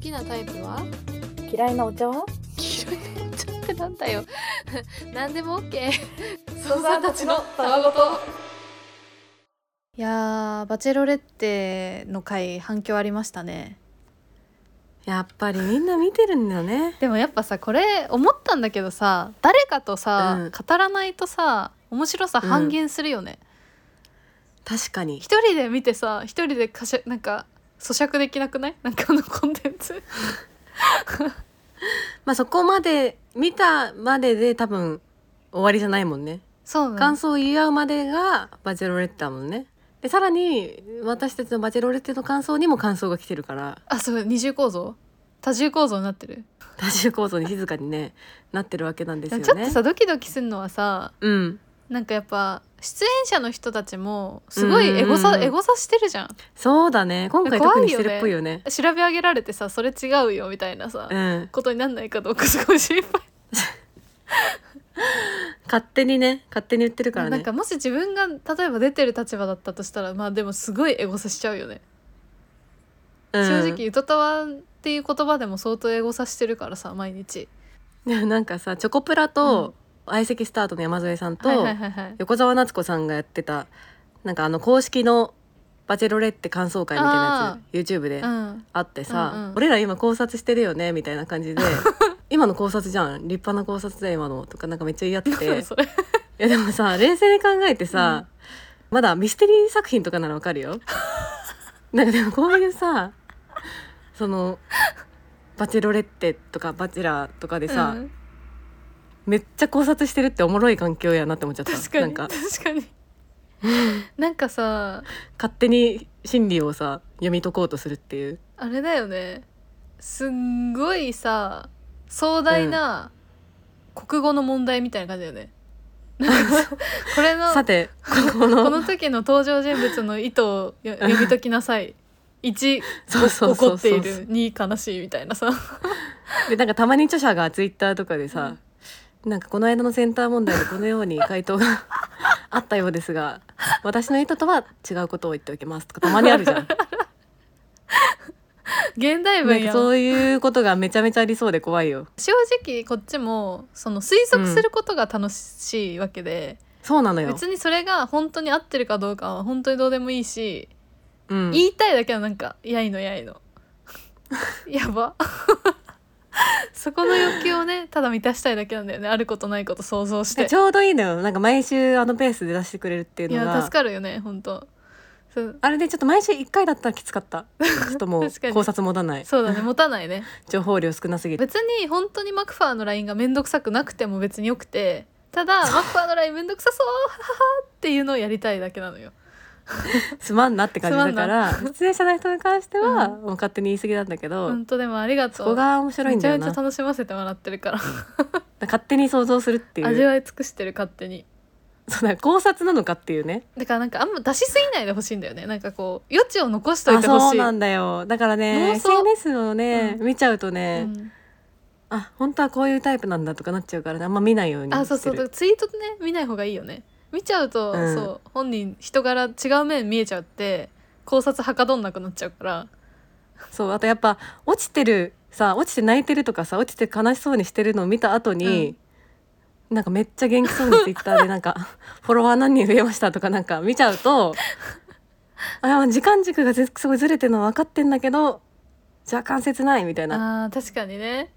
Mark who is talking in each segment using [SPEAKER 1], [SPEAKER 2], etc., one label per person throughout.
[SPEAKER 1] きなタイプは
[SPEAKER 2] 嫌いなお茶は
[SPEAKER 1] 黄色いのちょっとなんだよ 何でも OK
[SPEAKER 2] 父さんたちのたわごと
[SPEAKER 3] いやーバチェロレッテの回反響ありましたね
[SPEAKER 4] やっぱりみんな見てるんだね
[SPEAKER 3] でもやっぱさこれ思ったんだけどさ誰かとさ、
[SPEAKER 4] うん
[SPEAKER 3] 語らないとさ面白さ半減するよね、
[SPEAKER 4] 確かに
[SPEAKER 3] 一人で見てさ一人でかしゃなんか咀嚼できなくないなんかあのコンテンツ
[SPEAKER 4] まあそこまで見たまでで多分終わりじゃないもんね、
[SPEAKER 3] そうな
[SPEAKER 4] 感
[SPEAKER 3] の
[SPEAKER 4] 想を言い合うまでがバチェロレッテだもんねでさらに私たちのバチェロレッテの感想にも感想が来てるから
[SPEAKER 3] あそう二重構造多重構造になってる
[SPEAKER 4] 多重構造に静かにねなってるわけなんです
[SPEAKER 3] でも
[SPEAKER 4] よね
[SPEAKER 3] ちょっとさドキドキするのはさ
[SPEAKER 4] うん
[SPEAKER 3] なんかやっぱ出演者の人たちもすごいエゴサ、
[SPEAKER 4] うんうんうん
[SPEAKER 3] エゴサしてるじゃん
[SPEAKER 4] そうだね今回特にしてるっぽいよね
[SPEAKER 3] 調べ上げられてさそれ違うよみたいなさ、
[SPEAKER 4] うん
[SPEAKER 3] ことになんないかどうかすごい心配
[SPEAKER 4] 勝手にね勝手に言ってるから
[SPEAKER 3] な
[SPEAKER 4] ね
[SPEAKER 3] んかもし自分が例えば出てる立場だったとしたらまあでもすごいエゴサしちゃうよね、
[SPEAKER 4] うん
[SPEAKER 3] 正直「ゆとたわ」っていう言葉でも相当エゴサしてるからさ毎日
[SPEAKER 4] でもなんかさチョコプラと相席スタートの山添さんと
[SPEAKER 3] はいはいはいはい
[SPEAKER 4] 横澤夏子さんがやってたなんかあの公式のバチェロレッテ感想会みたいなやつ YouTube で
[SPEAKER 3] うん
[SPEAKER 4] あってさ、
[SPEAKER 3] うんうん
[SPEAKER 4] 俺ら今考察してるよねみたいな感 じで今の考察じゃん立派な考察だよ今のとかなんかめっちゃ言い合っててい
[SPEAKER 3] それ
[SPEAKER 4] やでもさ冷静に考えてさ、まだミステリー作品とかならわか るよなんかでもこういうさそのバチェロレッテとかバチェラーとかでさ、
[SPEAKER 3] うん
[SPEAKER 4] めっちゃ考察してるっておもろい環境やなって思っちゃった
[SPEAKER 3] 確か
[SPEAKER 4] なん
[SPEAKER 3] に
[SPEAKER 4] か
[SPEAKER 3] 確 かになんかさ
[SPEAKER 4] 勝手に心理をさ読み解こうとするっていう
[SPEAKER 3] あれだよねすんごいさ壮大な国語の問題みたいな感じだよね、これの
[SPEAKER 4] さ てここの
[SPEAKER 3] この時の登場人物の意図をよ読み解きなさ い1
[SPEAKER 4] そうそうそうそう
[SPEAKER 3] 怒っている2悲しいみたいなさ
[SPEAKER 4] でなんかたまに著者がツイッターとかでさ、なんかこの間のセンター問題でこのように回答が あったようですが私の意図とは違うことを言っておきますとかたまにあるじ ゃん
[SPEAKER 3] 現代
[SPEAKER 4] な
[SPEAKER 3] 文
[SPEAKER 4] んか
[SPEAKER 3] や
[SPEAKER 4] そ
[SPEAKER 3] ん
[SPEAKER 4] ういうことがめちゃめちゃありそうで怖いよ
[SPEAKER 3] 正直こっちもその推測することが楽しいわけで、
[SPEAKER 4] そうなのよ、
[SPEAKER 3] 別にそれが本当に合ってるかどうかは本当にどうでもいいし、
[SPEAKER 4] うん、
[SPEAKER 3] 言いたいだけはなんか「やいのやいの」 やば そこの欲求をねただ満たしたいだけなんだよねあることないこと想像して
[SPEAKER 4] ちょうどいいのよなんか毎週あのペースで出してくれるっていう
[SPEAKER 3] い
[SPEAKER 4] のが
[SPEAKER 3] や助かるよね本当そう
[SPEAKER 4] あれでちょっと毎週1回だったらきつかったちょっとも う
[SPEAKER 3] 確かに
[SPEAKER 4] 考察持たない
[SPEAKER 3] そうだね持たないね
[SPEAKER 4] 情報量少なすぎて
[SPEAKER 3] 別に本当にマクファーの LINE が面倒くさくなくても別によくてただ マクファーの LINE 面倒くさそうはははっていうのをやりたいだけなのよ
[SPEAKER 4] すまんなって感じだから出演者の人に関しては、
[SPEAKER 3] うん
[SPEAKER 4] もう勝手に言い過ぎなんだけど、
[SPEAKER 3] 本当でもありがと
[SPEAKER 4] そうこが面白いん
[SPEAKER 3] めち
[SPEAKER 4] だ
[SPEAKER 3] ゃ
[SPEAKER 4] よ
[SPEAKER 3] め
[SPEAKER 4] な
[SPEAKER 3] ちゃ楽しませてもらってるから
[SPEAKER 4] 勝手に想像するっていう
[SPEAKER 3] 味わい尽くしてる勝手に
[SPEAKER 4] そうなんか考察なのかっていうね
[SPEAKER 3] だからなんかあんま出しすぎないでほしいんだよねなんかこう余地を残しといてほ
[SPEAKER 4] そう
[SPEAKER 3] しい
[SPEAKER 4] なんだよだからね
[SPEAKER 3] 妄想
[SPEAKER 4] SNS をね、
[SPEAKER 3] う
[SPEAKER 4] 見ちゃうとね、
[SPEAKER 3] うん
[SPEAKER 4] あ本当はこういうタイプなんだとかなっちゃうからねあんま見ないようにしてる
[SPEAKER 3] あそうそうだからツイートね見ない方がいいよね見ちゃうと、
[SPEAKER 4] うん
[SPEAKER 3] そう本人人柄違う面見えちゃって考察はかどんなくなっちゃうから
[SPEAKER 4] そうあとやっぱ落ちてるさ落ちて泣いてるとかさ落ちて悲しそうにしてるのを見た後に、なんかめっちゃ元気そうにツイッターでなん かフォロワー何人増えましたとかなんか見ちゃう とあ時間軸がぜすごいずれてるのは分かってんだけど若干切ないみたいな、
[SPEAKER 3] あー確かにね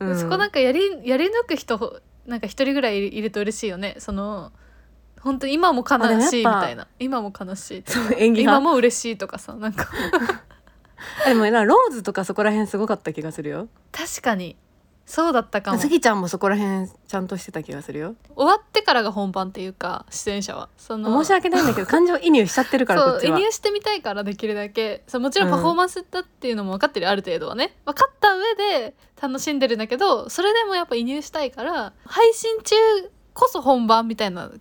[SPEAKER 4] うん
[SPEAKER 3] そこなんかやりやり抜く人なんか一人ぐらいいるいると嬉しいよねその本当に今も悲しいみたいな今も悲しいとか
[SPEAKER 4] そう演技
[SPEAKER 3] 今
[SPEAKER 4] 派
[SPEAKER 3] も嬉しいとかさなんか
[SPEAKER 4] でもなローズとかそこら辺すごかった気がするよ
[SPEAKER 3] 確かにそうだったかも終
[SPEAKER 4] 杉ちゃんもそこら辺ちゃんとしてた気がするよ
[SPEAKER 3] わってからが本番っていうか出演者はその
[SPEAKER 4] 申し訳ないんだけど感情移入しちゃってるからこ
[SPEAKER 3] そ
[SPEAKER 4] っ
[SPEAKER 3] う
[SPEAKER 4] ち
[SPEAKER 3] 移
[SPEAKER 4] は
[SPEAKER 3] 入してみたいからできるだけそうもちろんパフォーマンスだっていうのも分かってるよ、ある程度はね分かった上で楽しんでるんだけどそれでもやっぱ移入したいから配信中こそ本番みたいな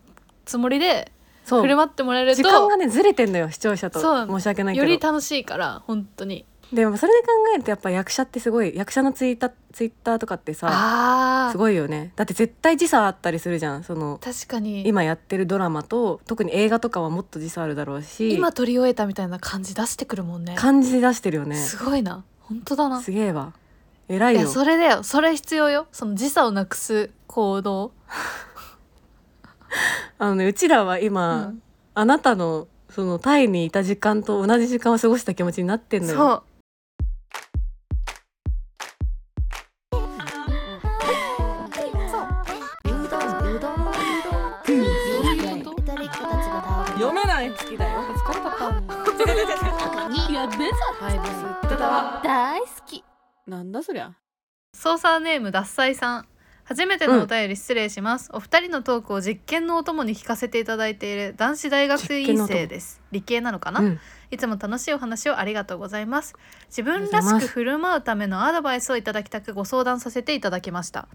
[SPEAKER 3] つもりで
[SPEAKER 4] そう
[SPEAKER 3] 振る舞ってもらえる
[SPEAKER 4] 時間が
[SPEAKER 3] と
[SPEAKER 4] ねずれてんのよ視聴者と
[SPEAKER 3] そう
[SPEAKER 4] 申し訳ないけ
[SPEAKER 3] よ
[SPEAKER 4] ど
[SPEAKER 3] り楽しいから本当に
[SPEAKER 4] でもそれで考えるとやっぱ役者ってすごい役者のツイッターツイッターとかってさ
[SPEAKER 3] あ
[SPEAKER 4] す
[SPEAKER 3] あ
[SPEAKER 4] ごいよねだって絶対時差あったりするじゃんその
[SPEAKER 3] 確かに今
[SPEAKER 4] 今やってるドラマと特に映画とかはもっと時差あるだろうし
[SPEAKER 3] 撮り終えたみたいな感じ出してくるもんね
[SPEAKER 4] 感じで出してるよね
[SPEAKER 3] すごいな本当だな
[SPEAKER 4] すげえわ偉
[SPEAKER 3] い
[SPEAKER 4] い
[SPEAKER 3] や
[SPEAKER 4] よ
[SPEAKER 3] それだよそれ必要よその時差をなくす行動
[SPEAKER 4] あのねうちらは
[SPEAKER 3] う
[SPEAKER 4] 今、
[SPEAKER 3] ん
[SPEAKER 4] あなたのそのタイにいた時間と同じ時間を過ごした気持ちになってんのよ
[SPEAKER 3] そう
[SPEAKER 5] 読めない好きだよ
[SPEAKER 1] 大好き
[SPEAKER 5] なんだそりゃ
[SPEAKER 3] 操作ネーム脱菜さん初めてのお便り失礼します、お二人のトークを実験のお供に聞かせていただいている男子大学
[SPEAKER 4] 実験の
[SPEAKER 3] 院
[SPEAKER 4] お供
[SPEAKER 3] 生です理系なのかな、
[SPEAKER 4] うん
[SPEAKER 3] いつも楽しいお話をありがとうございます自分
[SPEAKER 4] あ
[SPEAKER 3] ら
[SPEAKER 4] りがとうござい
[SPEAKER 3] し
[SPEAKER 4] ま
[SPEAKER 3] く
[SPEAKER 4] す
[SPEAKER 3] 振る舞うためのアドバイスをいただきたくご相談させていただきました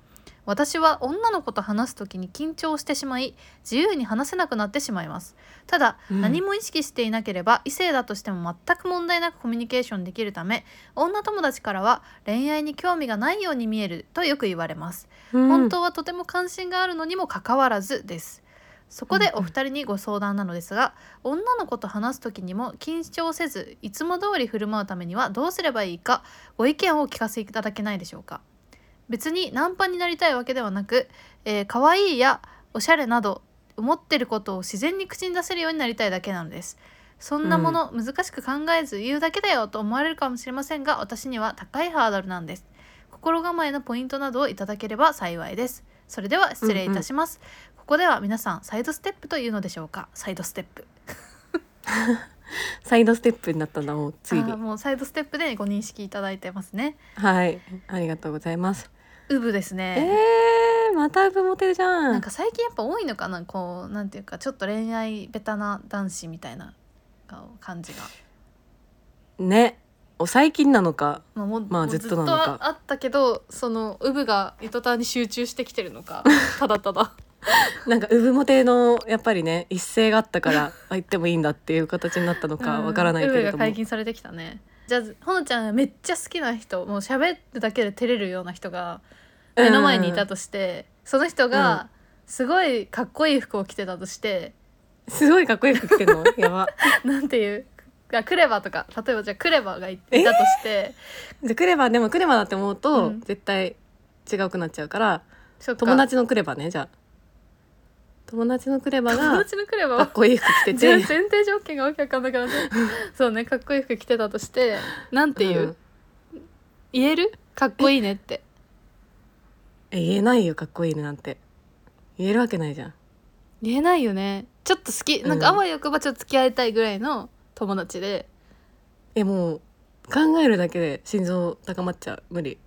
[SPEAKER 3] 私は女の子と話す時に緊張してしまい自由に話せなくなってしまいますただ、
[SPEAKER 4] うん
[SPEAKER 3] 何も意識していなければ異性だとしても全く問題なくコミュニケーションできるため女友達からは恋愛に興味がないように見えるとよく言われます
[SPEAKER 4] うん
[SPEAKER 3] 本当はとても関心があるのにもかかわらずですそこでお二人にご相談なのですが、女の子と話す時にも緊張せずいつも通り振る舞うためにはどうすればいいかご意見をお聞かせいただけないでしょうか別にナンパになりたいわけではなく、えー、可愛いやおしゃれなど思ってることを自然に口に出せるようになりたいだけなのですそんなもの難しく考えず言うだけだよと思われるかもしれませんが私には高いハードルなんです心構えのポイントなどをいただければ幸いですそれでは失礼いたします、ここでは皆さんサイドステップというのでしょうかサイドステップ
[SPEAKER 4] サイドステップになったんだもうつい
[SPEAKER 3] あ
[SPEAKER 4] に
[SPEAKER 3] ーもうサイドステップでご認識いただいてますね
[SPEAKER 4] はいありがとうございます
[SPEAKER 3] ウブです
[SPEAKER 4] え
[SPEAKER 3] ね、
[SPEAKER 4] ー、またブモテるじゃん
[SPEAKER 3] なんか最近やっぱ多いのかなこうなんていうかちょっと恋愛ベタな男子みたいな顔感じが、
[SPEAKER 4] ねお最近なのか
[SPEAKER 3] まあ、もう
[SPEAKER 4] まあ
[SPEAKER 3] もう
[SPEAKER 4] ずっとなのか
[SPEAKER 3] ずっとああったけどそのウブが糸端に集中してきてるのかただただ
[SPEAKER 4] なんか産モテのやっぱりね一斉があったから あ言ってもいいんだっていう形になったのかわからないけ
[SPEAKER 3] うんウ
[SPEAKER 4] れ
[SPEAKER 3] ブが
[SPEAKER 4] ども、
[SPEAKER 3] 解禁されてきたねじゃあほのちゃんめっちゃ好きな人もう喋るだけで照れるような人が目の前にいたとして、その人がすごいかっこいい服を着てたとして、
[SPEAKER 4] すごいかっこよく着てるのやば
[SPEAKER 3] なんていうあクレバとか例えばじゃあクレバがいいたとして、
[SPEAKER 4] でクレバでもクレバだって思うと、
[SPEAKER 3] うん
[SPEAKER 4] 絶対違うくなっちゃうから
[SPEAKER 3] そっか
[SPEAKER 4] 友達のクレバねじゃあ友達のクレバ
[SPEAKER 3] 友
[SPEAKER 4] が
[SPEAKER 3] 達のクレバ
[SPEAKER 4] か
[SPEAKER 3] は
[SPEAKER 4] っこいい服着て
[SPEAKER 3] じゃあ
[SPEAKER 4] て
[SPEAKER 3] 前提条件がわけわかんなくなってそうねかっこいい服着てたとしてなんていう、
[SPEAKER 4] うん
[SPEAKER 3] 言えるかっこいいねって
[SPEAKER 4] え言えないよかっこいいねなんて言えるわけないじゃん
[SPEAKER 3] 言えないよねちょっと好きなんか
[SPEAKER 4] う
[SPEAKER 3] あ
[SPEAKER 4] ん
[SPEAKER 3] わよくばちょっと付き合いたいぐらいの友達で、
[SPEAKER 4] えもう考えるだけで心臓高まっちゃう無理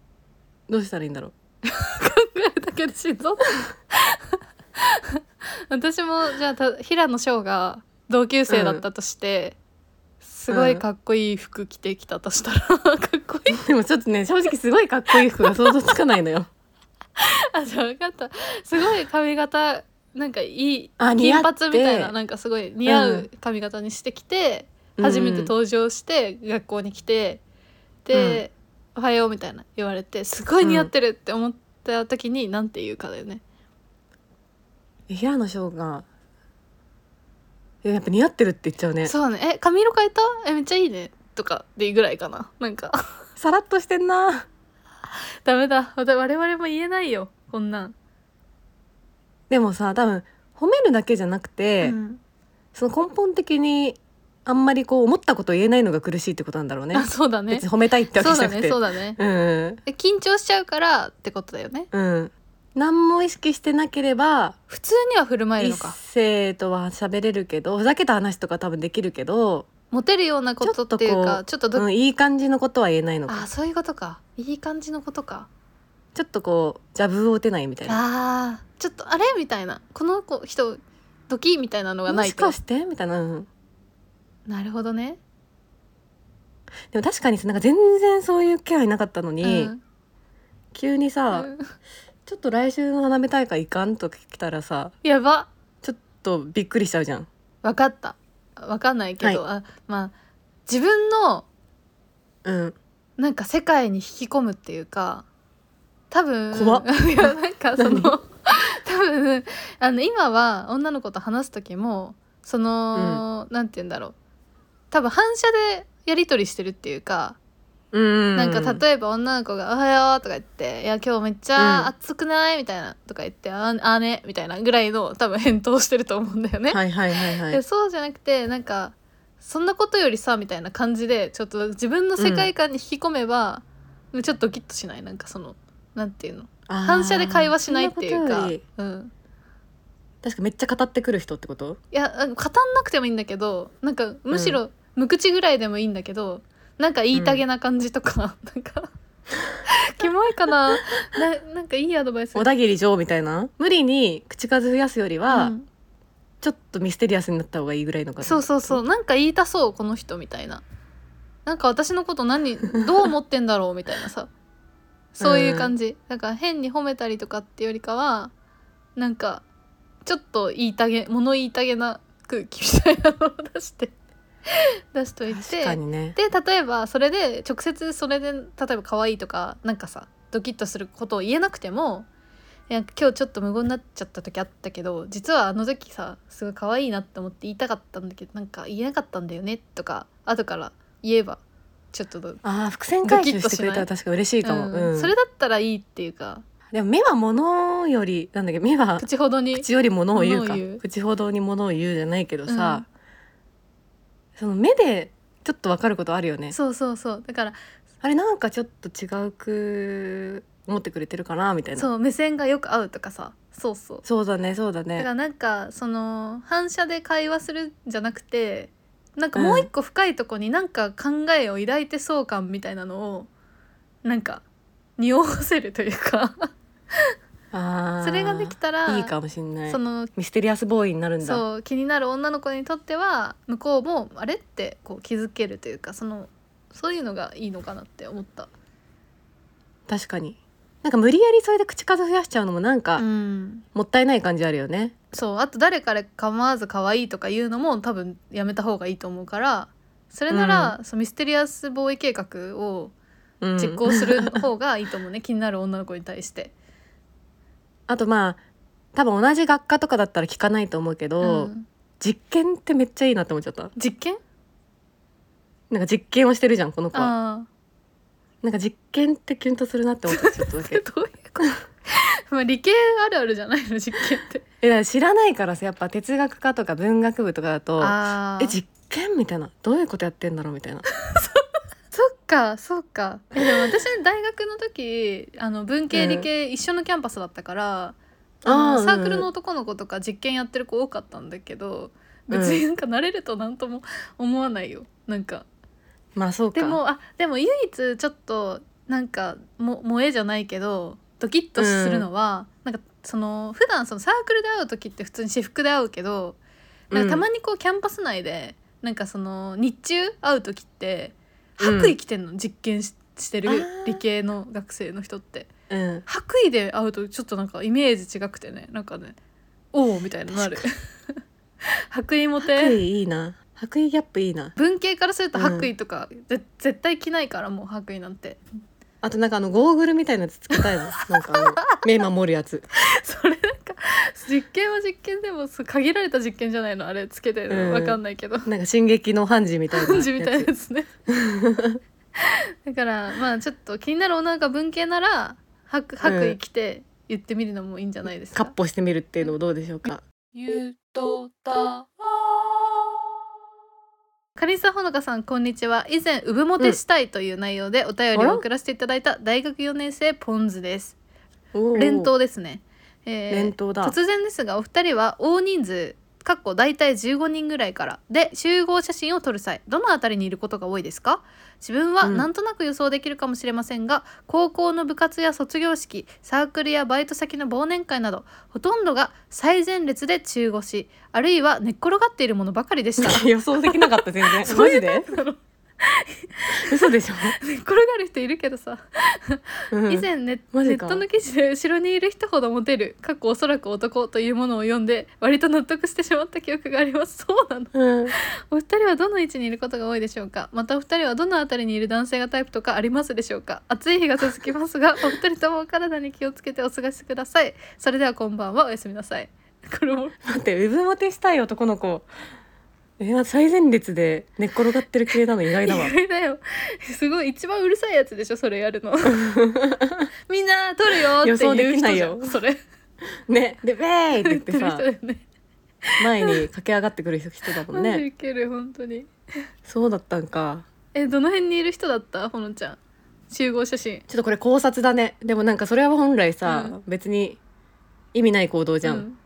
[SPEAKER 4] どうしたらいいんだろう
[SPEAKER 3] ぐらいだけで心臓 私もじゃあた平野翔が同級生だったとして、すごいかっこいい服着てきたとしたらかっこいい
[SPEAKER 4] でもちょっとね正直すごいかっこいい服が想像つかないのよ
[SPEAKER 3] あじゃあ分かったすごい髪型なんかいい
[SPEAKER 4] あ
[SPEAKER 3] 金
[SPEAKER 4] 似合って
[SPEAKER 3] 髪みたいななんかすごい似合う髪型にしてきて、 初めて
[SPEAKER 4] うん
[SPEAKER 3] 登場して学校に来てで、おはよう」みたいな言われてすごい似合ってるって思った時に何て言うかだよね。
[SPEAKER 4] 平野翔がえやっぱ似合ってるって言っちゃうね
[SPEAKER 3] そうねえ髪色変えたえめっちゃいいねとかでいいぐらいかななんか
[SPEAKER 4] さらっとしてんな
[SPEAKER 3] ダメだわた我々も言えないよこんなん、
[SPEAKER 4] でもさ多分褒めるだけじゃなくて、
[SPEAKER 3] うん
[SPEAKER 4] その根本的にあんまりこう思ったことを言えないのが苦しいってことなんだろうね
[SPEAKER 3] あそうだね
[SPEAKER 4] 別に褒めたいってわけ
[SPEAKER 3] そう
[SPEAKER 4] じゃ
[SPEAKER 3] だ
[SPEAKER 4] な
[SPEAKER 3] ね
[SPEAKER 4] くて
[SPEAKER 3] そうだね
[SPEAKER 4] うん
[SPEAKER 3] え緊張しちゃうからってことだよね
[SPEAKER 4] うん何も意識してなければ
[SPEAKER 3] 普通には振る舞えるの
[SPEAKER 4] 一
[SPEAKER 3] か
[SPEAKER 4] 性とは喋れるけどふざけた話とか多分できるけど、
[SPEAKER 3] モテるようなことっていうかちょっとど
[SPEAKER 4] うん、いい感じのことは言えないの
[SPEAKER 3] あ
[SPEAKER 4] か
[SPEAKER 3] そういうことかいい感じのことか
[SPEAKER 4] ちょっとこうジャブを打てないみたいな
[SPEAKER 3] あーちょっとあれみたいなこの子人ドキみたいなのが
[SPEAKER 4] も
[SPEAKER 3] ない
[SPEAKER 4] し
[SPEAKER 3] と
[SPEAKER 4] かしてみたいな、うん、
[SPEAKER 3] なるほどね、
[SPEAKER 4] でも確かにさなんか全然そういう気配なかったのに、
[SPEAKER 3] うん
[SPEAKER 4] 急にさ、
[SPEAKER 3] うん
[SPEAKER 4] ちょっと来週の花火大会行かんとか来たらさ
[SPEAKER 3] やば
[SPEAKER 4] ちょっとびっくりしちゃうじゃん
[SPEAKER 3] わかったわかんないけど、あまあ自分の
[SPEAKER 4] うん
[SPEAKER 3] なんか世界に引き込むっていうか多分
[SPEAKER 4] 怖っ
[SPEAKER 3] いやなんかその
[SPEAKER 4] 何
[SPEAKER 3] 多分あの今は女の子と話す時もその、なんて言うんだろう多分反射でやり取りしてるっていうか
[SPEAKER 4] うん
[SPEAKER 3] なんか例えば女の子が「おはよう」とか言って「いや今日めっちゃ暑くない?」みたいなとか言って「ああね」みたいなぐらいの多分返答してると思うんだよね。
[SPEAKER 4] はいはいはいはい
[SPEAKER 3] でそうじゃなくてなんかそんなことよりさみたいな感じでちょっと自分の世界観に引き込めば、ちょっとドキッとしないなんかそのなんていうの
[SPEAKER 4] あー
[SPEAKER 3] 反射で会話しないっていう
[SPEAKER 4] そんなこ
[SPEAKER 3] か
[SPEAKER 4] とより
[SPEAKER 3] うん、
[SPEAKER 4] 確かめっちゃ語ってくる人ってこと
[SPEAKER 3] いやあの語んなくてもいいんだけどなんかむしろ無口ぐらいでもいいんだけど、なんか言いたげな感じとか、 なんかキモいかなななんかいいアドバイス
[SPEAKER 4] 小田切城みたいな無理に口数増やすよりは、
[SPEAKER 3] うん
[SPEAKER 4] ちょっとミステリアスになった方がいいぐらいの感じ
[SPEAKER 3] そうそうそうなんか言いたそうこの人みたいななんか私のこと何どう思ってんだろうみたいなさそういう感じ、なんか変に褒めたりとかってよりかはなんかちょっと言いたげ物言いたげな空気みたいなのを出して出しといて
[SPEAKER 4] 確かにね
[SPEAKER 3] で例えばそれで直接それで例えば可愛いとかなんかさドキッとすることを言えなくてもいや今日ちょっと無言になっちゃった時あったけど実はあの時さすごい可愛いなって思って言いたかったんだけどなんか言えなかったんだよねとか後から言えばちょっとどう
[SPEAKER 4] ああ伏線回収
[SPEAKER 3] ドキッと
[SPEAKER 4] して
[SPEAKER 3] しな
[SPEAKER 4] く
[SPEAKER 3] い
[SPEAKER 4] れたら確か嬉しいかも、
[SPEAKER 3] うん
[SPEAKER 4] うん
[SPEAKER 3] それだったらいいっていうか
[SPEAKER 4] でも目は物よりなんだっけ目は
[SPEAKER 3] 口ほどに
[SPEAKER 4] 口より物を言うか
[SPEAKER 3] 物を言う
[SPEAKER 4] 口ほどに物を言うじゃないけどさ、その目でちょっと分かることあるよね
[SPEAKER 3] そうそうそうだから
[SPEAKER 4] あれなんかちょっと違うく思ってくれてるかなみたいなそう
[SPEAKER 3] そう目線がよく合うとかさそうそう
[SPEAKER 4] だねそうだ
[SPEAKER 3] だか
[SPEAKER 4] ね
[SPEAKER 3] らなんかその反射で会話するんじゃなくてなんかもう一個深いとこになんか考えを抱いてそう感みたいなのをなんか匂わせるというか
[SPEAKER 4] あー
[SPEAKER 3] それができたら
[SPEAKER 4] いいかもしんない
[SPEAKER 3] その
[SPEAKER 4] ミステリアスボーイになるんだ
[SPEAKER 3] そう気になる女の子にとっては向こうもあれってこう気づけるというかそのそういうのがいいのかなって思った。
[SPEAKER 4] 確かになんか無理やりそれで口数増やしちゃうのもなんか
[SPEAKER 3] うん
[SPEAKER 4] もったいない感じあるよね、
[SPEAKER 3] そうあと誰かで構わず可愛いとか言うのも多分やめた方がいいと思うからそれなら、そのミステリアス防衛計画を
[SPEAKER 4] うん
[SPEAKER 3] 実行する方がいいと思うね気になる女の子に対して。
[SPEAKER 4] あとまあ多分同じ学科とかだったら聞かないと思うけど、
[SPEAKER 3] うん
[SPEAKER 4] 実験ってめっちゃいいなって思っちゃった
[SPEAKER 3] 実験
[SPEAKER 4] なんか実験をしてるじゃんこの子は
[SPEAKER 3] あ
[SPEAKER 4] なんか実験ってキュンとするなって思っちゃったちょっとだ
[SPEAKER 3] あ どうい
[SPEAKER 4] け
[SPEAKER 3] うこと まあ理系あるあるじゃないの実験って。
[SPEAKER 4] えだから知らないからさやっぱ哲学科とか文学部とかだと
[SPEAKER 3] あ
[SPEAKER 4] え実験みたいなどういうことやってんだろうみたいな
[SPEAKER 3] そっかそっかえでも私 大学の時あの文系理系一緒のキャンパスだったから、あ
[SPEAKER 4] あ
[SPEAKER 3] の
[SPEAKER 4] ー
[SPEAKER 3] サークルの男の子とか実験やってる子多かったんだけど別になんか慣れると何とも思わないよなんか
[SPEAKER 4] まあそうか
[SPEAKER 3] でもあでも唯一ちょっとなんかも萌えじゃないけどドキッとするのは、なんかその普段そのサークルで会う時って普通に私服で会うけどなんかたまにこうキャンパス内でなんかその日中会う時って
[SPEAKER 4] うん
[SPEAKER 3] 白衣着てんの、実験ししてる
[SPEAKER 4] あー
[SPEAKER 3] 理系の学生の人って
[SPEAKER 4] うん、うん
[SPEAKER 3] 白衣で会うとちょっとなんかイメージ違くてねなんかねおおみたいになる 白衣モ
[SPEAKER 4] 白衣
[SPEAKER 3] テ
[SPEAKER 4] いいな白衣ギャップいいな
[SPEAKER 3] 文系からすると白衣とか、ぜ絶対着ないからもう白衣なんて
[SPEAKER 4] あとなんかあのゴーグルみたいなやつつけたいのなんかあ の目守るやつ
[SPEAKER 3] それなんか実験は実験でもそう限られた実験じゃないのあれつけてる
[SPEAKER 4] うん
[SPEAKER 3] のわかんないけど
[SPEAKER 4] なんか進撃のハンジみたいな
[SPEAKER 3] 感じみたいなやつ ねだからまあちょっと気になる女の子が文系なら白白衣着て言ってみるのもいいんじゃないです
[SPEAKER 4] カ
[SPEAKER 3] か、
[SPEAKER 4] ッポしてみるっていうのどうでしょうか
[SPEAKER 5] ゆとた
[SPEAKER 3] カリスさんほのかさんこんにちは以前産モテしたいという内容でお便りを送らせていただいた大学4年生ポンズです連
[SPEAKER 4] 頭
[SPEAKER 3] 投ですね、えー
[SPEAKER 4] 連投だ
[SPEAKER 3] 突然ですがお二人は大人数かっこ大体15人ぐらいからで集合写真を撮る際どのあたりにいることが多いですか自分は
[SPEAKER 4] うん
[SPEAKER 3] なんとなく予想できるかもしれませんが、高校の部活や卒業式サークルやバイト先の忘年会などほとんどが最前列で中腰あるいは寝っ転がっているものばかりでした
[SPEAKER 4] 予想できなかった全 然マジで嘘でしょ、
[SPEAKER 3] 寝っ転がる人いるけどさ、
[SPEAKER 4] うん
[SPEAKER 3] 以前ネ
[SPEAKER 4] マ
[SPEAKER 3] ネ
[SPEAKER 4] ジ
[SPEAKER 3] ッ
[SPEAKER 4] か
[SPEAKER 3] トの記事で後ろにいる人ほどモテるかっこおそらく男というものを読んで割と納得してしまった記憶がありますそうなの
[SPEAKER 4] うん、
[SPEAKER 3] お二人はどの位置にいることが多いでしょうかまたお二人はどのあたりにいる男性がタイプとかありますでしょうか暑い日が続きます がお二人ともお体に気をつけてお過ごしくださいそれではこんばんはおやすみなさいこれも
[SPEAKER 4] 待って産モテしたい男の子えー最前列で寝っ転がってる系なの意外だわ
[SPEAKER 3] 意外だよすごい一番うるさいやつでしょそれやるの みんな撮るよっていう人じゃん
[SPEAKER 4] 予想できないよ
[SPEAKER 3] それ
[SPEAKER 4] ねで「ウェーイ!」って言
[SPEAKER 3] 言
[SPEAKER 4] っ
[SPEAKER 3] って て
[SPEAKER 4] さ
[SPEAKER 3] る人だよね
[SPEAKER 4] 前に駆け上がってくる人だもん
[SPEAKER 3] マジ
[SPEAKER 4] ね
[SPEAKER 3] ウケる本当に
[SPEAKER 4] そうだったんか
[SPEAKER 3] えどの辺にいる人だったほのちゃん集合写真
[SPEAKER 4] ちょっとこれ考察だねでもなんかそれは本来さ、
[SPEAKER 3] うん
[SPEAKER 4] 別に意味ない行動じゃん、
[SPEAKER 3] うん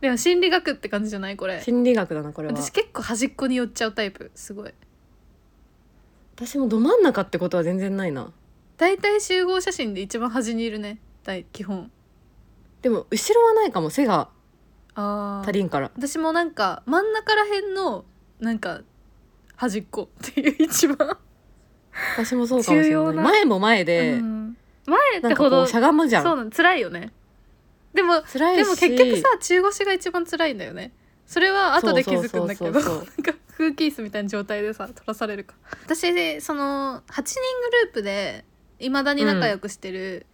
[SPEAKER 3] でも心理学って感じじゃないこれ
[SPEAKER 4] 心理学だなこれは
[SPEAKER 3] 私結構端っこに寄っちゃうタイプすごい
[SPEAKER 4] 私もど真ん中ってことは全然ないな
[SPEAKER 3] 大体集合写真で一番端にいるね大基本
[SPEAKER 4] でも後ろはないかも背が
[SPEAKER 3] ああ
[SPEAKER 4] 足りんから
[SPEAKER 3] 私もなんか真ん中らへんのなんか端っこっていう一番、
[SPEAKER 4] 私もそうかもし
[SPEAKER 3] 重要
[SPEAKER 4] れない
[SPEAKER 3] な
[SPEAKER 4] 前も前で、
[SPEAKER 3] うん前っ
[SPEAKER 4] なん
[SPEAKER 3] て
[SPEAKER 4] かこ
[SPEAKER 3] ほど
[SPEAKER 4] うしゃがむじゃ
[SPEAKER 3] そうんなの辛いよねでも
[SPEAKER 4] 辛い
[SPEAKER 3] で
[SPEAKER 4] し
[SPEAKER 3] も結局さ中腰が一番辛いんだよねそれは後で気づくんだけど
[SPEAKER 4] そ
[SPEAKER 3] な
[SPEAKER 4] うんそうそう
[SPEAKER 3] か空気椅子みたいな状態でさ取らされるか私でその8人グループでいまだに仲良くしてる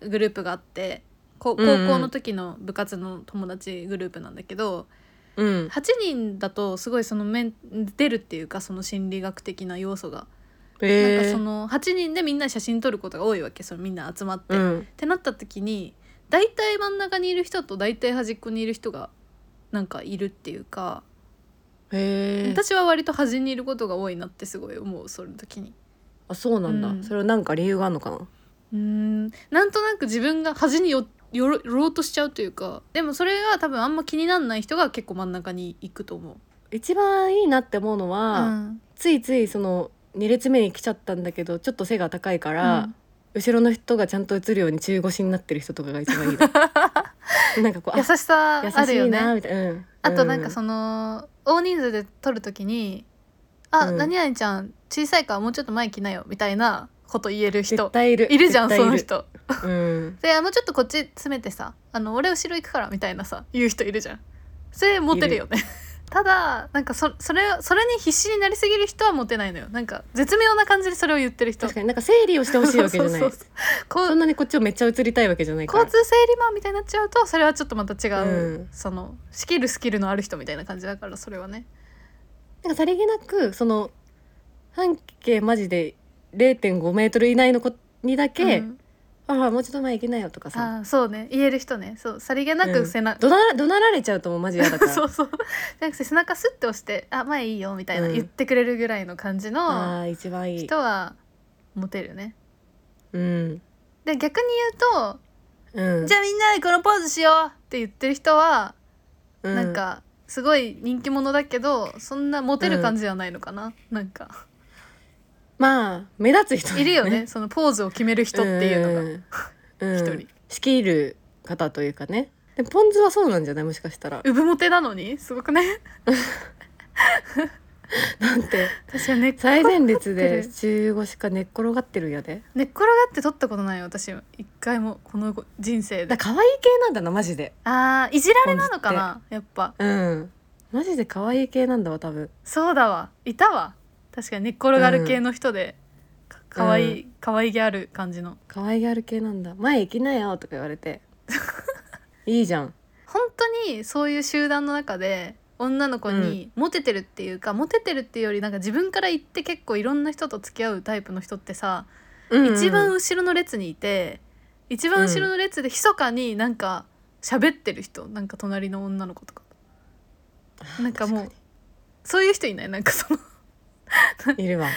[SPEAKER 3] グループがあって、こ
[SPEAKER 4] うんうん
[SPEAKER 3] 高校の時の部活の友達グループなんだけど、
[SPEAKER 4] うん
[SPEAKER 3] 8人だとすごいその面出るっていうかその心理学的な要素が、
[SPEAKER 4] え
[SPEAKER 3] なんか
[SPEAKER 4] ー
[SPEAKER 3] その8人でみんな写真撮ることが多いわけそのみんな集まって、
[SPEAKER 4] うん
[SPEAKER 3] ってなった時に大体真ん中にいる人と大体端っこにいる人がなんかいるっていうか、
[SPEAKER 4] へえ
[SPEAKER 3] 私は割と端にいることが多いなってすごい思うその時に。
[SPEAKER 4] あそうなんだ、
[SPEAKER 3] うん
[SPEAKER 4] それはなんか理由があるのかな
[SPEAKER 3] うーんなんとなく自分が端によよろ寄ろうとしちゃうというかでもそれが多分あんま気になんない人が結構真ん中に行くと思う。
[SPEAKER 4] 一番いいなって思うの
[SPEAKER 3] う
[SPEAKER 4] は、
[SPEAKER 3] ん
[SPEAKER 4] ついついその2列目に来ちゃったんだけどちょっと背が高いか
[SPEAKER 3] う
[SPEAKER 4] ら、
[SPEAKER 3] ん
[SPEAKER 4] 後ろの人がちゃんと映るように中腰になってる人とかが一 番いいななんかこ う
[SPEAKER 3] 優しさ
[SPEAKER 4] あ
[SPEAKER 3] あるよ
[SPEAKER 4] 優しい
[SPEAKER 3] ね。
[SPEAKER 4] なみたいな、うん、
[SPEAKER 3] あとなんか
[SPEAKER 4] の、
[SPEAKER 3] その大人数で撮るときに「あ、
[SPEAKER 4] うん
[SPEAKER 3] 何々ちゃん小さいからもうちょっと前来なよ」みたいなこと言える
[SPEAKER 4] 絶
[SPEAKER 3] 人
[SPEAKER 4] 対いる
[SPEAKER 3] いるじゃん
[SPEAKER 4] 絶
[SPEAKER 3] その
[SPEAKER 4] 対いる
[SPEAKER 3] 人。
[SPEAKER 4] うん
[SPEAKER 3] であ「もうちょっとこっち詰めてさあの俺後ろ行くから」みたいなさ言う人いるじゃん。それモテるよね。 ただなんかそそれそれに必死になりすぎる人はモテないのよなんか絶妙な感じでそれを言ってる人
[SPEAKER 4] 確かになんか整理をしてほしいわけじゃない
[SPEAKER 3] そ
[SPEAKER 4] そう
[SPEAKER 3] そうそうこうん
[SPEAKER 4] なにこっちをめっちゃ映りたいわけじゃないから
[SPEAKER 3] 交通整理マンみたいになっちゃうとそれはちょっとまた違う、
[SPEAKER 4] うん
[SPEAKER 3] そのスキルスキルのある人みたいな感じだからそれはね
[SPEAKER 4] なんかさりげなくその半径マジで0.5メートル以内の子にだけ、
[SPEAKER 3] うん
[SPEAKER 4] ああもうちょっと前行けないよとかさ
[SPEAKER 3] あーそうね言える人ねそうさりげな
[SPEAKER 4] う
[SPEAKER 3] く
[SPEAKER 4] ん
[SPEAKER 3] 背中、
[SPEAKER 4] 怒鳴ら怒鳴られちゃうともうマジ嫌だか ら
[SPEAKER 3] そうそうじゃなくて背中スッて押して「あ前いいよ」みたいな、
[SPEAKER 4] うん
[SPEAKER 3] 言ってくれるぐらいの感じ
[SPEAKER 4] あ
[SPEAKER 3] の
[SPEAKER 4] あ一番いい
[SPEAKER 3] 人はモテるね
[SPEAKER 4] うん
[SPEAKER 3] で逆に言うと「
[SPEAKER 4] うん
[SPEAKER 3] じゃあみんなでこのポーズしよう」って言ってる人は、
[SPEAKER 4] うん
[SPEAKER 3] なんかすごい人気者だけどそんなモテる感じじゃないのかな、なんか
[SPEAKER 4] まあ目立つ人
[SPEAKER 3] いるよねそのポーズを決める人っていうのが
[SPEAKER 4] が
[SPEAKER 3] 一人、
[SPEAKER 4] 仕切る方というかねでもポン酢はそうなんじゃないもしかしたら
[SPEAKER 3] うぶモテなのにすごくね
[SPEAKER 4] なんて
[SPEAKER 3] 私は根っこ
[SPEAKER 4] 最前列
[SPEAKER 3] 寝っ
[SPEAKER 4] で
[SPEAKER 3] 転がってる
[SPEAKER 4] 中腰か寝っ転がってるんやで
[SPEAKER 3] 寝っ転がって撮ったことないよ私一回もこの人生で
[SPEAKER 4] だから可愛い系なんだなマジで
[SPEAKER 3] あーいじられなのかなやっぱ
[SPEAKER 4] うんマジで可愛い系なんだわ多分
[SPEAKER 3] そうだわいたわ確かに寝っ転がる系の人で、かかわいい、かわいげある感じの
[SPEAKER 4] 可愛がる系なんだ前行きなよとか言わ れていいじゃん
[SPEAKER 3] 本当にそういう集団の中で女の子にモテてるっていうか、モテてるっていうよりなんか自分から言って結構いろんな人と付き合うタイプの人ってさ、
[SPEAKER 4] うんうん
[SPEAKER 3] 一番後ろの列にいて一番後ろの列で密かになんか喋ってる人、なんか隣の女の子とかなんかもう
[SPEAKER 4] 確
[SPEAKER 3] そういう人いないなんかその
[SPEAKER 4] か にいるわ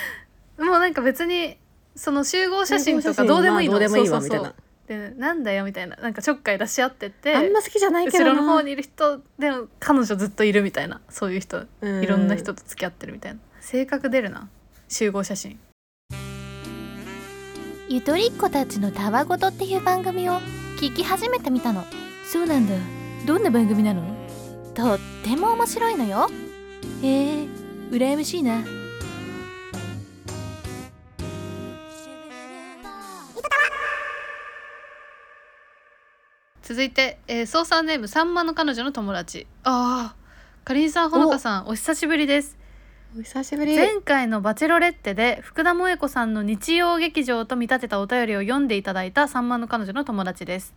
[SPEAKER 3] もうなんか別にその集合写真とかどうでもいいの
[SPEAKER 4] まあどうでもいいわ
[SPEAKER 3] そう
[SPEAKER 4] み
[SPEAKER 3] そ
[SPEAKER 4] た
[SPEAKER 3] う
[SPEAKER 4] い
[SPEAKER 3] そう
[SPEAKER 4] な
[SPEAKER 3] でなんだよみたいななんかちょっかい出し合って
[SPEAKER 4] あ
[SPEAKER 3] て
[SPEAKER 4] んま好きじゃないけ
[SPEAKER 3] 後
[SPEAKER 4] ど
[SPEAKER 3] ろ
[SPEAKER 4] な
[SPEAKER 3] の方にいる人でも彼女ずっといるみたいなそういう人
[SPEAKER 4] う
[SPEAKER 3] いろんな人と付き合ってるみたいな性格出るな集合写真
[SPEAKER 1] ゆとりっ子たちのたわごとっていう番組を聞き始めてみたのそうなんだどんな番組なのとっても面白いのよへえ羨ましいな
[SPEAKER 3] 続いて、えー、操作ネームさんまの彼女の友達あーかりんさんほのかさんお久しぶりです
[SPEAKER 4] お久しぶり
[SPEAKER 3] 前回の「バチェロレッテ」で福田萌子さんの日曜劇場と見立てたお便りを読んでいただいたさんまの彼女の友達です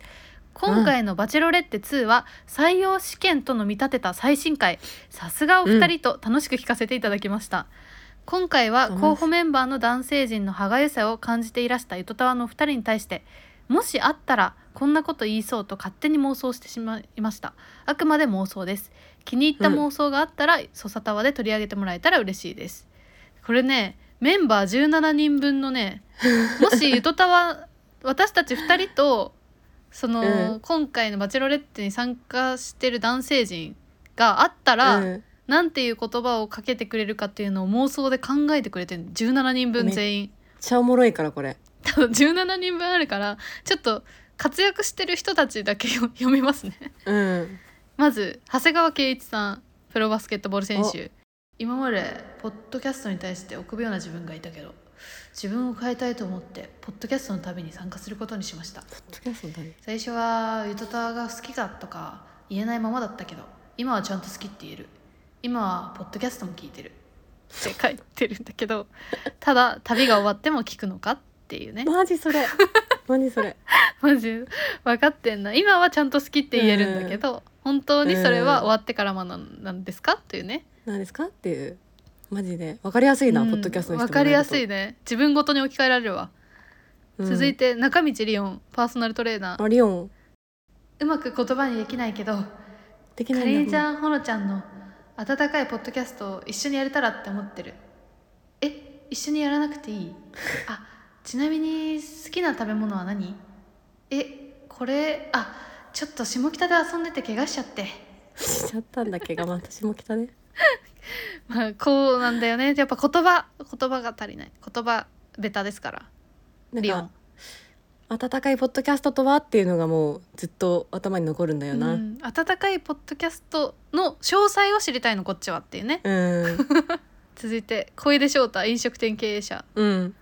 [SPEAKER 3] 今回の「バチェロレッテ2」は採用試験との見立てた最新回さすがお二人と楽しく聞かせていただきました、今回は候補メンバーの男性陣の歯がゆさを感じていらしたゆとたわのお二人に対してもしあったらこんなこと言いそうと勝手に妄想してしまいましたあくまで妄想です気に入った妄想があったら「そさたわ」で取り上げてもらえたら嬉しいですこれねメンバー17人分のねもしゆとたわ 私たち2人とその、
[SPEAKER 4] う
[SPEAKER 3] 今回の「バチェロレッテ」に参加してる男性陣があったら、
[SPEAKER 4] うん
[SPEAKER 3] なんていう言葉をかけてくれるかっていうのを妄想で考えてくれてるの17人分全員
[SPEAKER 4] めっちゃおもろいからこれ
[SPEAKER 3] 多分17人分あるからちょっと活躍してる人たちだけよ読みますね
[SPEAKER 4] うん
[SPEAKER 3] まず長谷川圭一さんプロバスケットボール選手今までポッドキャストに対して臆病な自分がいたけど自分を変えたいと思ってポッドキャストの旅に参加することにしました
[SPEAKER 4] ポッドキャストの旅
[SPEAKER 3] 最初は「ゆとたわが好きか?」とか言えないままだったけど今はちゃんと好きって言える今はポッドキャストも聞いてるって書いてるんだけどただ旅が終わっても聞くのかっていうね
[SPEAKER 4] マジそ れマジそれ
[SPEAKER 3] マジ分かってんな今はちゃんと好きって言えるんだけど、本当にそれは終わってからもなんなんですかっていうね
[SPEAKER 4] 何ですかっていうマジでわかりやすいな、
[SPEAKER 3] うん
[SPEAKER 4] ポッドキャストの人
[SPEAKER 3] 分かりやすいね自分ごとに置き換えられるわ、続いて
[SPEAKER 4] て、
[SPEAKER 3] 中道リオンパーソナルトレーナ
[SPEAKER 4] うん
[SPEAKER 3] ー
[SPEAKER 4] あリオン
[SPEAKER 3] うまく言葉にできないけど
[SPEAKER 4] でき
[SPEAKER 3] か
[SPEAKER 4] ない
[SPEAKER 3] りん
[SPEAKER 4] ん
[SPEAKER 3] ち
[SPEAKER 4] だ
[SPEAKER 3] ゃんほのちゃんの温かいポッドキャストを一緒にやれたらって思ってるえ一緒にやらなくてい いあちなみに好きな食べ物は何えこれあちょっと下北で遊んでて怪我しちゃって
[SPEAKER 4] しちゃったんだけど、まあ、私も来たね
[SPEAKER 3] まあこうなんだよねやっぱ言葉言葉が足りない言葉ベタですから
[SPEAKER 4] なん
[SPEAKER 3] リオン
[SPEAKER 4] か温かいポッドキャストとはっていうのがもうずっと頭に残るんだよな
[SPEAKER 3] う
[SPEAKER 4] うん、
[SPEAKER 3] ん、温かいポッドキャストの詳細を知りたいのこっちはっていうね
[SPEAKER 4] うん
[SPEAKER 3] 続いて小出翔太飲食店経営者ポッ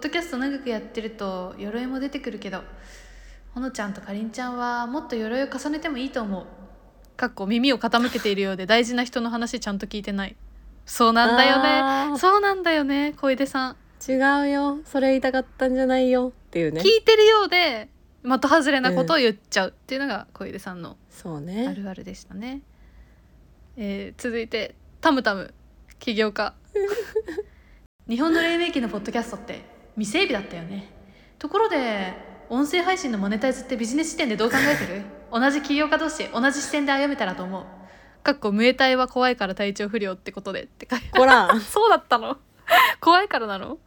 [SPEAKER 3] ドキャスト長くやってると鎧も出てくるけどほのちゃんとかりんちゃんはもっと鎧を重ねてもいいと思うかっこ耳を傾けているようで大事な人の話ちゃんと聞いてないそう なんだよね
[SPEAKER 4] ね
[SPEAKER 3] そうなんだよね小出さん
[SPEAKER 4] 違うよそれ言いたかったんじゃないよっていうね
[SPEAKER 3] 聞いてるようで的外れなことを言っちゃうっていうのが小出さんの
[SPEAKER 4] そう
[SPEAKER 3] あ
[SPEAKER 4] ね
[SPEAKER 3] るあるでしたね、えー続いてタムタム起業家 日本の黎明期のポッドキャストって未整備だったよねところで音声配信のマネタイズってビジネス視点でどう考えてる同じ起業家同士同じ視点で歩めたらと思うかっこムエタイは怖いから体調不良ってことでって 書いて
[SPEAKER 4] こら
[SPEAKER 3] そうだったの怖いからなの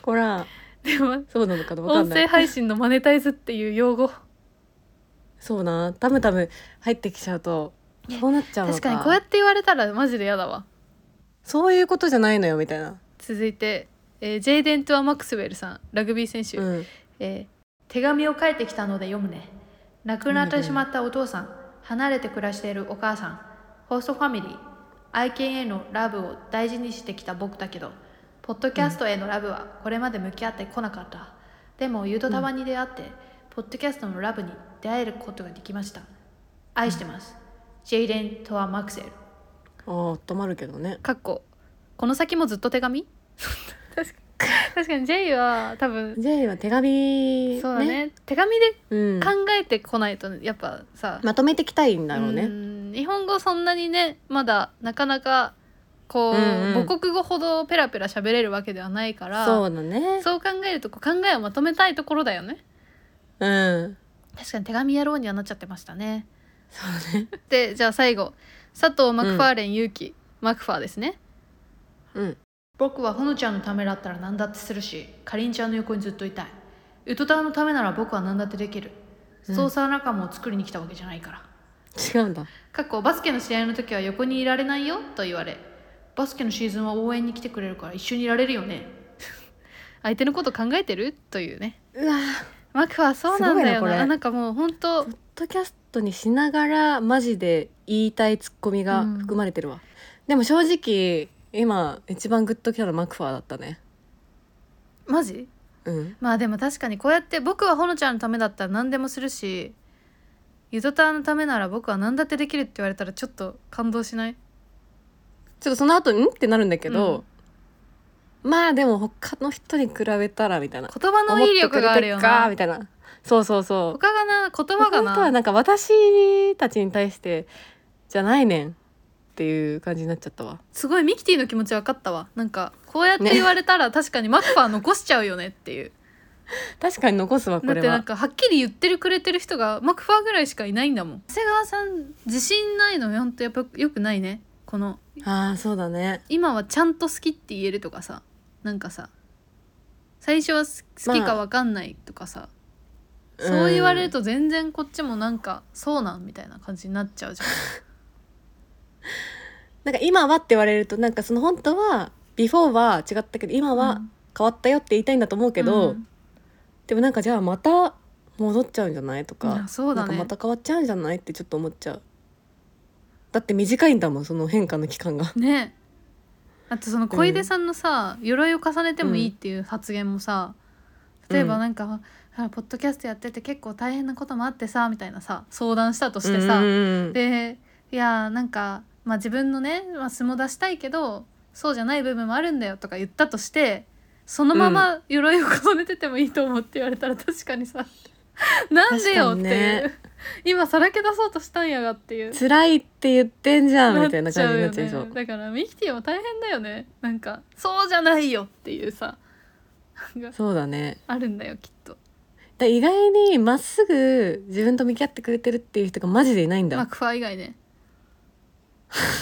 [SPEAKER 4] こら
[SPEAKER 3] でも
[SPEAKER 4] そうなのかなわかん
[SPEAKER 3] 音
[SPEAKER 4] な
[SPEAKER 3] 声
[SPEAKER 4] い
[SPEAKER 3] 配信のマネタイズっていう用語
[SPEAKER 4] そうなタムタム入ってきちゃうとそうなっちゃうのか
[SPEAKER 3] 確かにこうやって言われたらマジで嫌だわ
[SPEAKER 4] そういうことじゃないのよみたいな、
[SPEAKER 3] 続いて、えージェイデン・トゥア・マクスウェルさんラグビー選手、
[SPEAKER 4] うん、
[SPEAKER 3] えー手紙を書いてきたので読むね亡くなってしまったお父さん離れて暮らしているお母さんホストファミリー愛犬へのラブを大事にしてきた僕だけどポッドキャストへのラブはこれまで向き合ってこなかった、でもゆとたまに出会って、ポッドキャストのラブに出会えることができました愛してます、ジェイデン・トゥア・マクセル
[SPEAKER 4] あー止まるけどね
[SPEAKER 3] かっここの先もずっと手紙 確かに確かに J は多分
[SPEAKER 4] J は手紙
[SPEAKER 3] そうだね手紙で
[SPEAKER 4] うん
[SPEAKER 3] 考えてこないとやっぱさ、
[SPEAKER 4] まとめてきたいんだろう
[SPEAKER 3] う
[SPEAKER 4] ね
[SPEAKER 3] ん日本語そんなにねまだなかなかこう、
[SPEAKER 4] うんうん
[SPEAKER 3] 母国語ほどペラペラ喋れるわけではないから
[SPEAKER 4] そうだね
[SPEAKER 3] そう考えるとこう考えをまとめたいところだよね
[SPEAKER 4] うん
[SPEAKER 3] 確かに手紙やろうにはなっちゃってましたねそうねでじゃあ最後佐藤マクファーレン勇気、マクファーですね
[SPEAKER 4] うん
[SPEAKER 3] 僕はほのちゃんのためだったら何だってするしかりんちゃんの横にずっといたいゆとたわのためなら僕は何だってできるそうさ仲間を作りに来たわけじゃないから、
[SPEAKER 4] 違うんだ
[SPEAKER 3] かっこバスケの試合の時は横にいられないよと言われバスケのシーズンは応援に来てくれるから一緒にいられるよね 相手のこと考えてるというね
[SPEAKER 4] うわー
[SPEAKER 3] マクファーそうなんだ
[SPEAKER 4] す
[SPEAKER 3] よ
[SPEAKER 4] ごいなこ
[SPEAKER 3] な
[SPEAKER 4] れ
[SPEAKER 3] あなんかもう本当
[SPEAKER 4] ポッドキャストにしながらマジで言いたいツッコミが含まれてるわ、でも正直今一番グッときたのマクファーだったね
[SPEAKER 3] マジ
[SPEAKER 4] うん
[SPEAKER 3] まあでも確かにこうやって僕はほのちゃんのためだったら何でもするしゆとたわのためなら僕は何だってできるって言われたらちょっと感動しない
[SPEAKER 4] ちょっとその後んってなるんだけど、まあでも他の人に比べたらみたいな
[SPEAKER 3] 言葉の威力があるよ
[SPEAKER 4] 思ってくれてっか
[SPEAKER 3] な
[SPEAKER 4] みたいなそうそうそう
[SPEAKER 3] 他がな言葉が
[SPEAKER 4] 本当は
[SPEAKER 3] な
[SPEAKER 4] なんか私たちに対してじゃないねんっていう感じになっちゃったわ
[SPEAKER 3] すごいミキティの気持ち分かったわなんかこうやって言われたら確かにマッファー残しちゃうよねって いう
[SPEAKER 4] 確かに残すわこ
[SPEAKER 3] だっ
[SPEAKER 4] れ
[SPEAKER 3] てなん
[SPEAKER 4] は
[SPEAKER 3] かはっきり言ってるくれてる人がマクファーぐらいしかいないんだもん長谷川さん自信ないのほんとやっぱよくないねこの
[SPEAKER 4] ああそうだね
[SPEAKER 3] 今はちゃんと好きって言えるとかさなんかさ最初はす好きかわかんないとかさ、そう言われると全然こっちもなんかそうなんみたいな感じになっちゃうじゃん
[SPEAKER 4] なんか今はって言われるとなんかその本当はビフォーは違ったけど今
[SPEAKER 3] う
[SPEAKER 4] は
[SPEAKER 3] ん
[SPEAKER 4] 変わったよって言いたいんだと思うけど、
[SPEAKER 3] うん
[SPEAKER 4] でもなんかじゃあまた戻っちゃうんじゃないと
[SPEAKER 3] い
[SPEAKER 4] か
[SPEAKER 3] やそうだね
[SPEAKER 4] なんかまた変わっちゃうんじゃないってちょっと思っちゃうだって短いんだもんその変化の期間が
[SPEAKER 3] ねあとその小出さんのさ、鎧を重ねてもいいっていう発言もさ、例えばなんか、あポッドキャストやってて結構大変なこともあってさみたいなさ相談したとしてさ、
[SPEAKER 4] うんうんうん
[SPEAKER 3] でいやーなんか、まあ、自分のね、まあ、素も出したいけどそうじゃない部分もあるんだよとか言ったとしてそのまま鎧を重ねててもいいと思うって言われたら確かにさなんでよっていう、
[SPEAKER 4] 確かにね
[SPEAKER 3] 今さらけ出そうとしたんやがっていう。
[SPEAKER 4] 辛いって言ってんじゃんみたいな
[SPEAKER 3] っちゃ
[SPEAKER 4] 感じ
[SPEAKER 3] うよ
[SPEAKER 4] になっちゃいそう、
[SPEAKER 3] ね、だからミキティも大変だよねなんかそうじゃないよっていうさなんか
[SPEAKER 4] そうだね
[SPEAKER 3] あるんだよきっと
[SPEAKER 4] だ意外にまっすぐ自分と向き合ってくれてるっていう人がマジでいないんだ
[SPEAKER 3] マクファー以外ね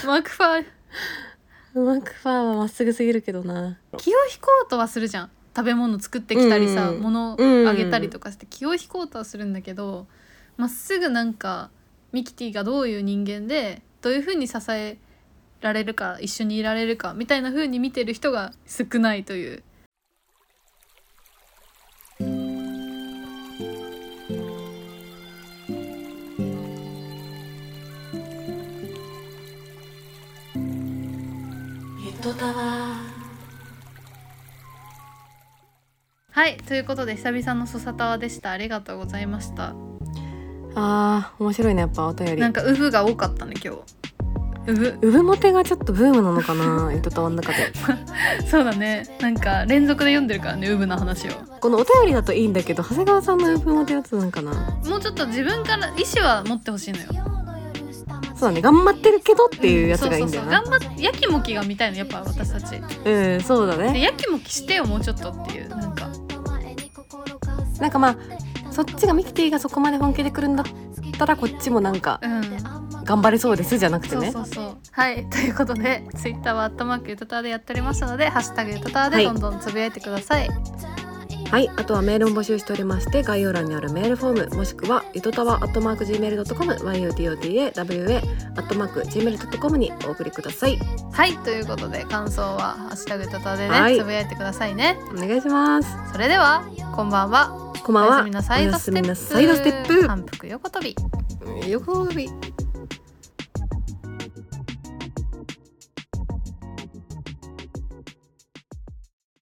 [SPEAKER 3] マクファ ー
[SPEAKER 4] マクファーはまっすぐすぎるけどな
[SPEAKER 3] 気を引こうとはするじゃん食べ物作ってきたりさ、
[SPEAKER 4] うん
[SPEAKER 3] 物あげたりとかして気を引こうとはするんだけどまっすぐなんかミキティがどういう人間でどういうふうに支えられるか一緒にいられるかみたいなふうに見てる人が少ないという
[SPEAKER 6] ゆとたわ
[SPEAKER 3] はいということで久々の「そさたわ」でしたありがとうございました
[SPEAKER 4] あー面白いねやっぱお便り
[SPEAKER 3] なんかウブが多かったね今日ウブ
[SPEAKER 4] 産モテがちょっとブームなのか な糸とわの中で
[SPEAKER 3] そうだねなんか連続で読んでるからねウブの話を
[SPEAKER 4] このお便りだといいんだけど長谷川さんの産モテだとなんかな
[SPEAKER 3] もうちょっと自分から意思は持ってほしいのよ
[SPEAKER 4] そうだね頑張ってるけどっていうやつがいいんだよな
[SPEAKER 3] そうそうそう頑張っやきもきが見たいのやっぱ私たち
[SPEAKER 4] うんそうだ
[SPEAKER 3] で
[SPEAKER 4] ね
[SPEAKER 3] やきもきしてよもうちょっとっていうなんか
[SPEAKER 4] なんかまあそっちがミキティがそこまで本気で来るんだったらこっちもなんか
[SPEAKER 3] うん
[SPEAKER 4] 頑張れそうですじゃなくて
[SPEAKER 3] そう
[SPEAKER 4] ね
[SPEAKER 3] そうそうはいということでツイッターは「アットマークゆとたわ」でやっておりますので「ハッシュタグゆとたわ」でどんどんつぶやいてください、
[SPEAKER 4] はいあとはメールも募集しておりまして概要欄にあるメールフォームもしくはゆとたわ atmarkgmail.com yodotawa.gmail.com にお送りください
[SPEAKER 3] はいということで感想は「ハッシュタグたた」でね、
[SPEAKER 4] はい
[SPEAKER 3] つぶやいてくださいね
[SPEAKER 4] お願いします
[SPEAKER 3] それではこんばんは
[SPEAKER 4] こんば
[SPEAKER 3] おやす
[SPEAKER 4] んは
[SPEAKER 3] みなサイドステ
[SPEAKER 4] おやすみ
[SPEAKER 3] ッ
[SPEAKER 4] な
[SPEAKER 3] プ
[SPEAKER 4] サイドステップ
[SPEAKER 3] 反復横跳び
[SPEAKER 4] 横飛び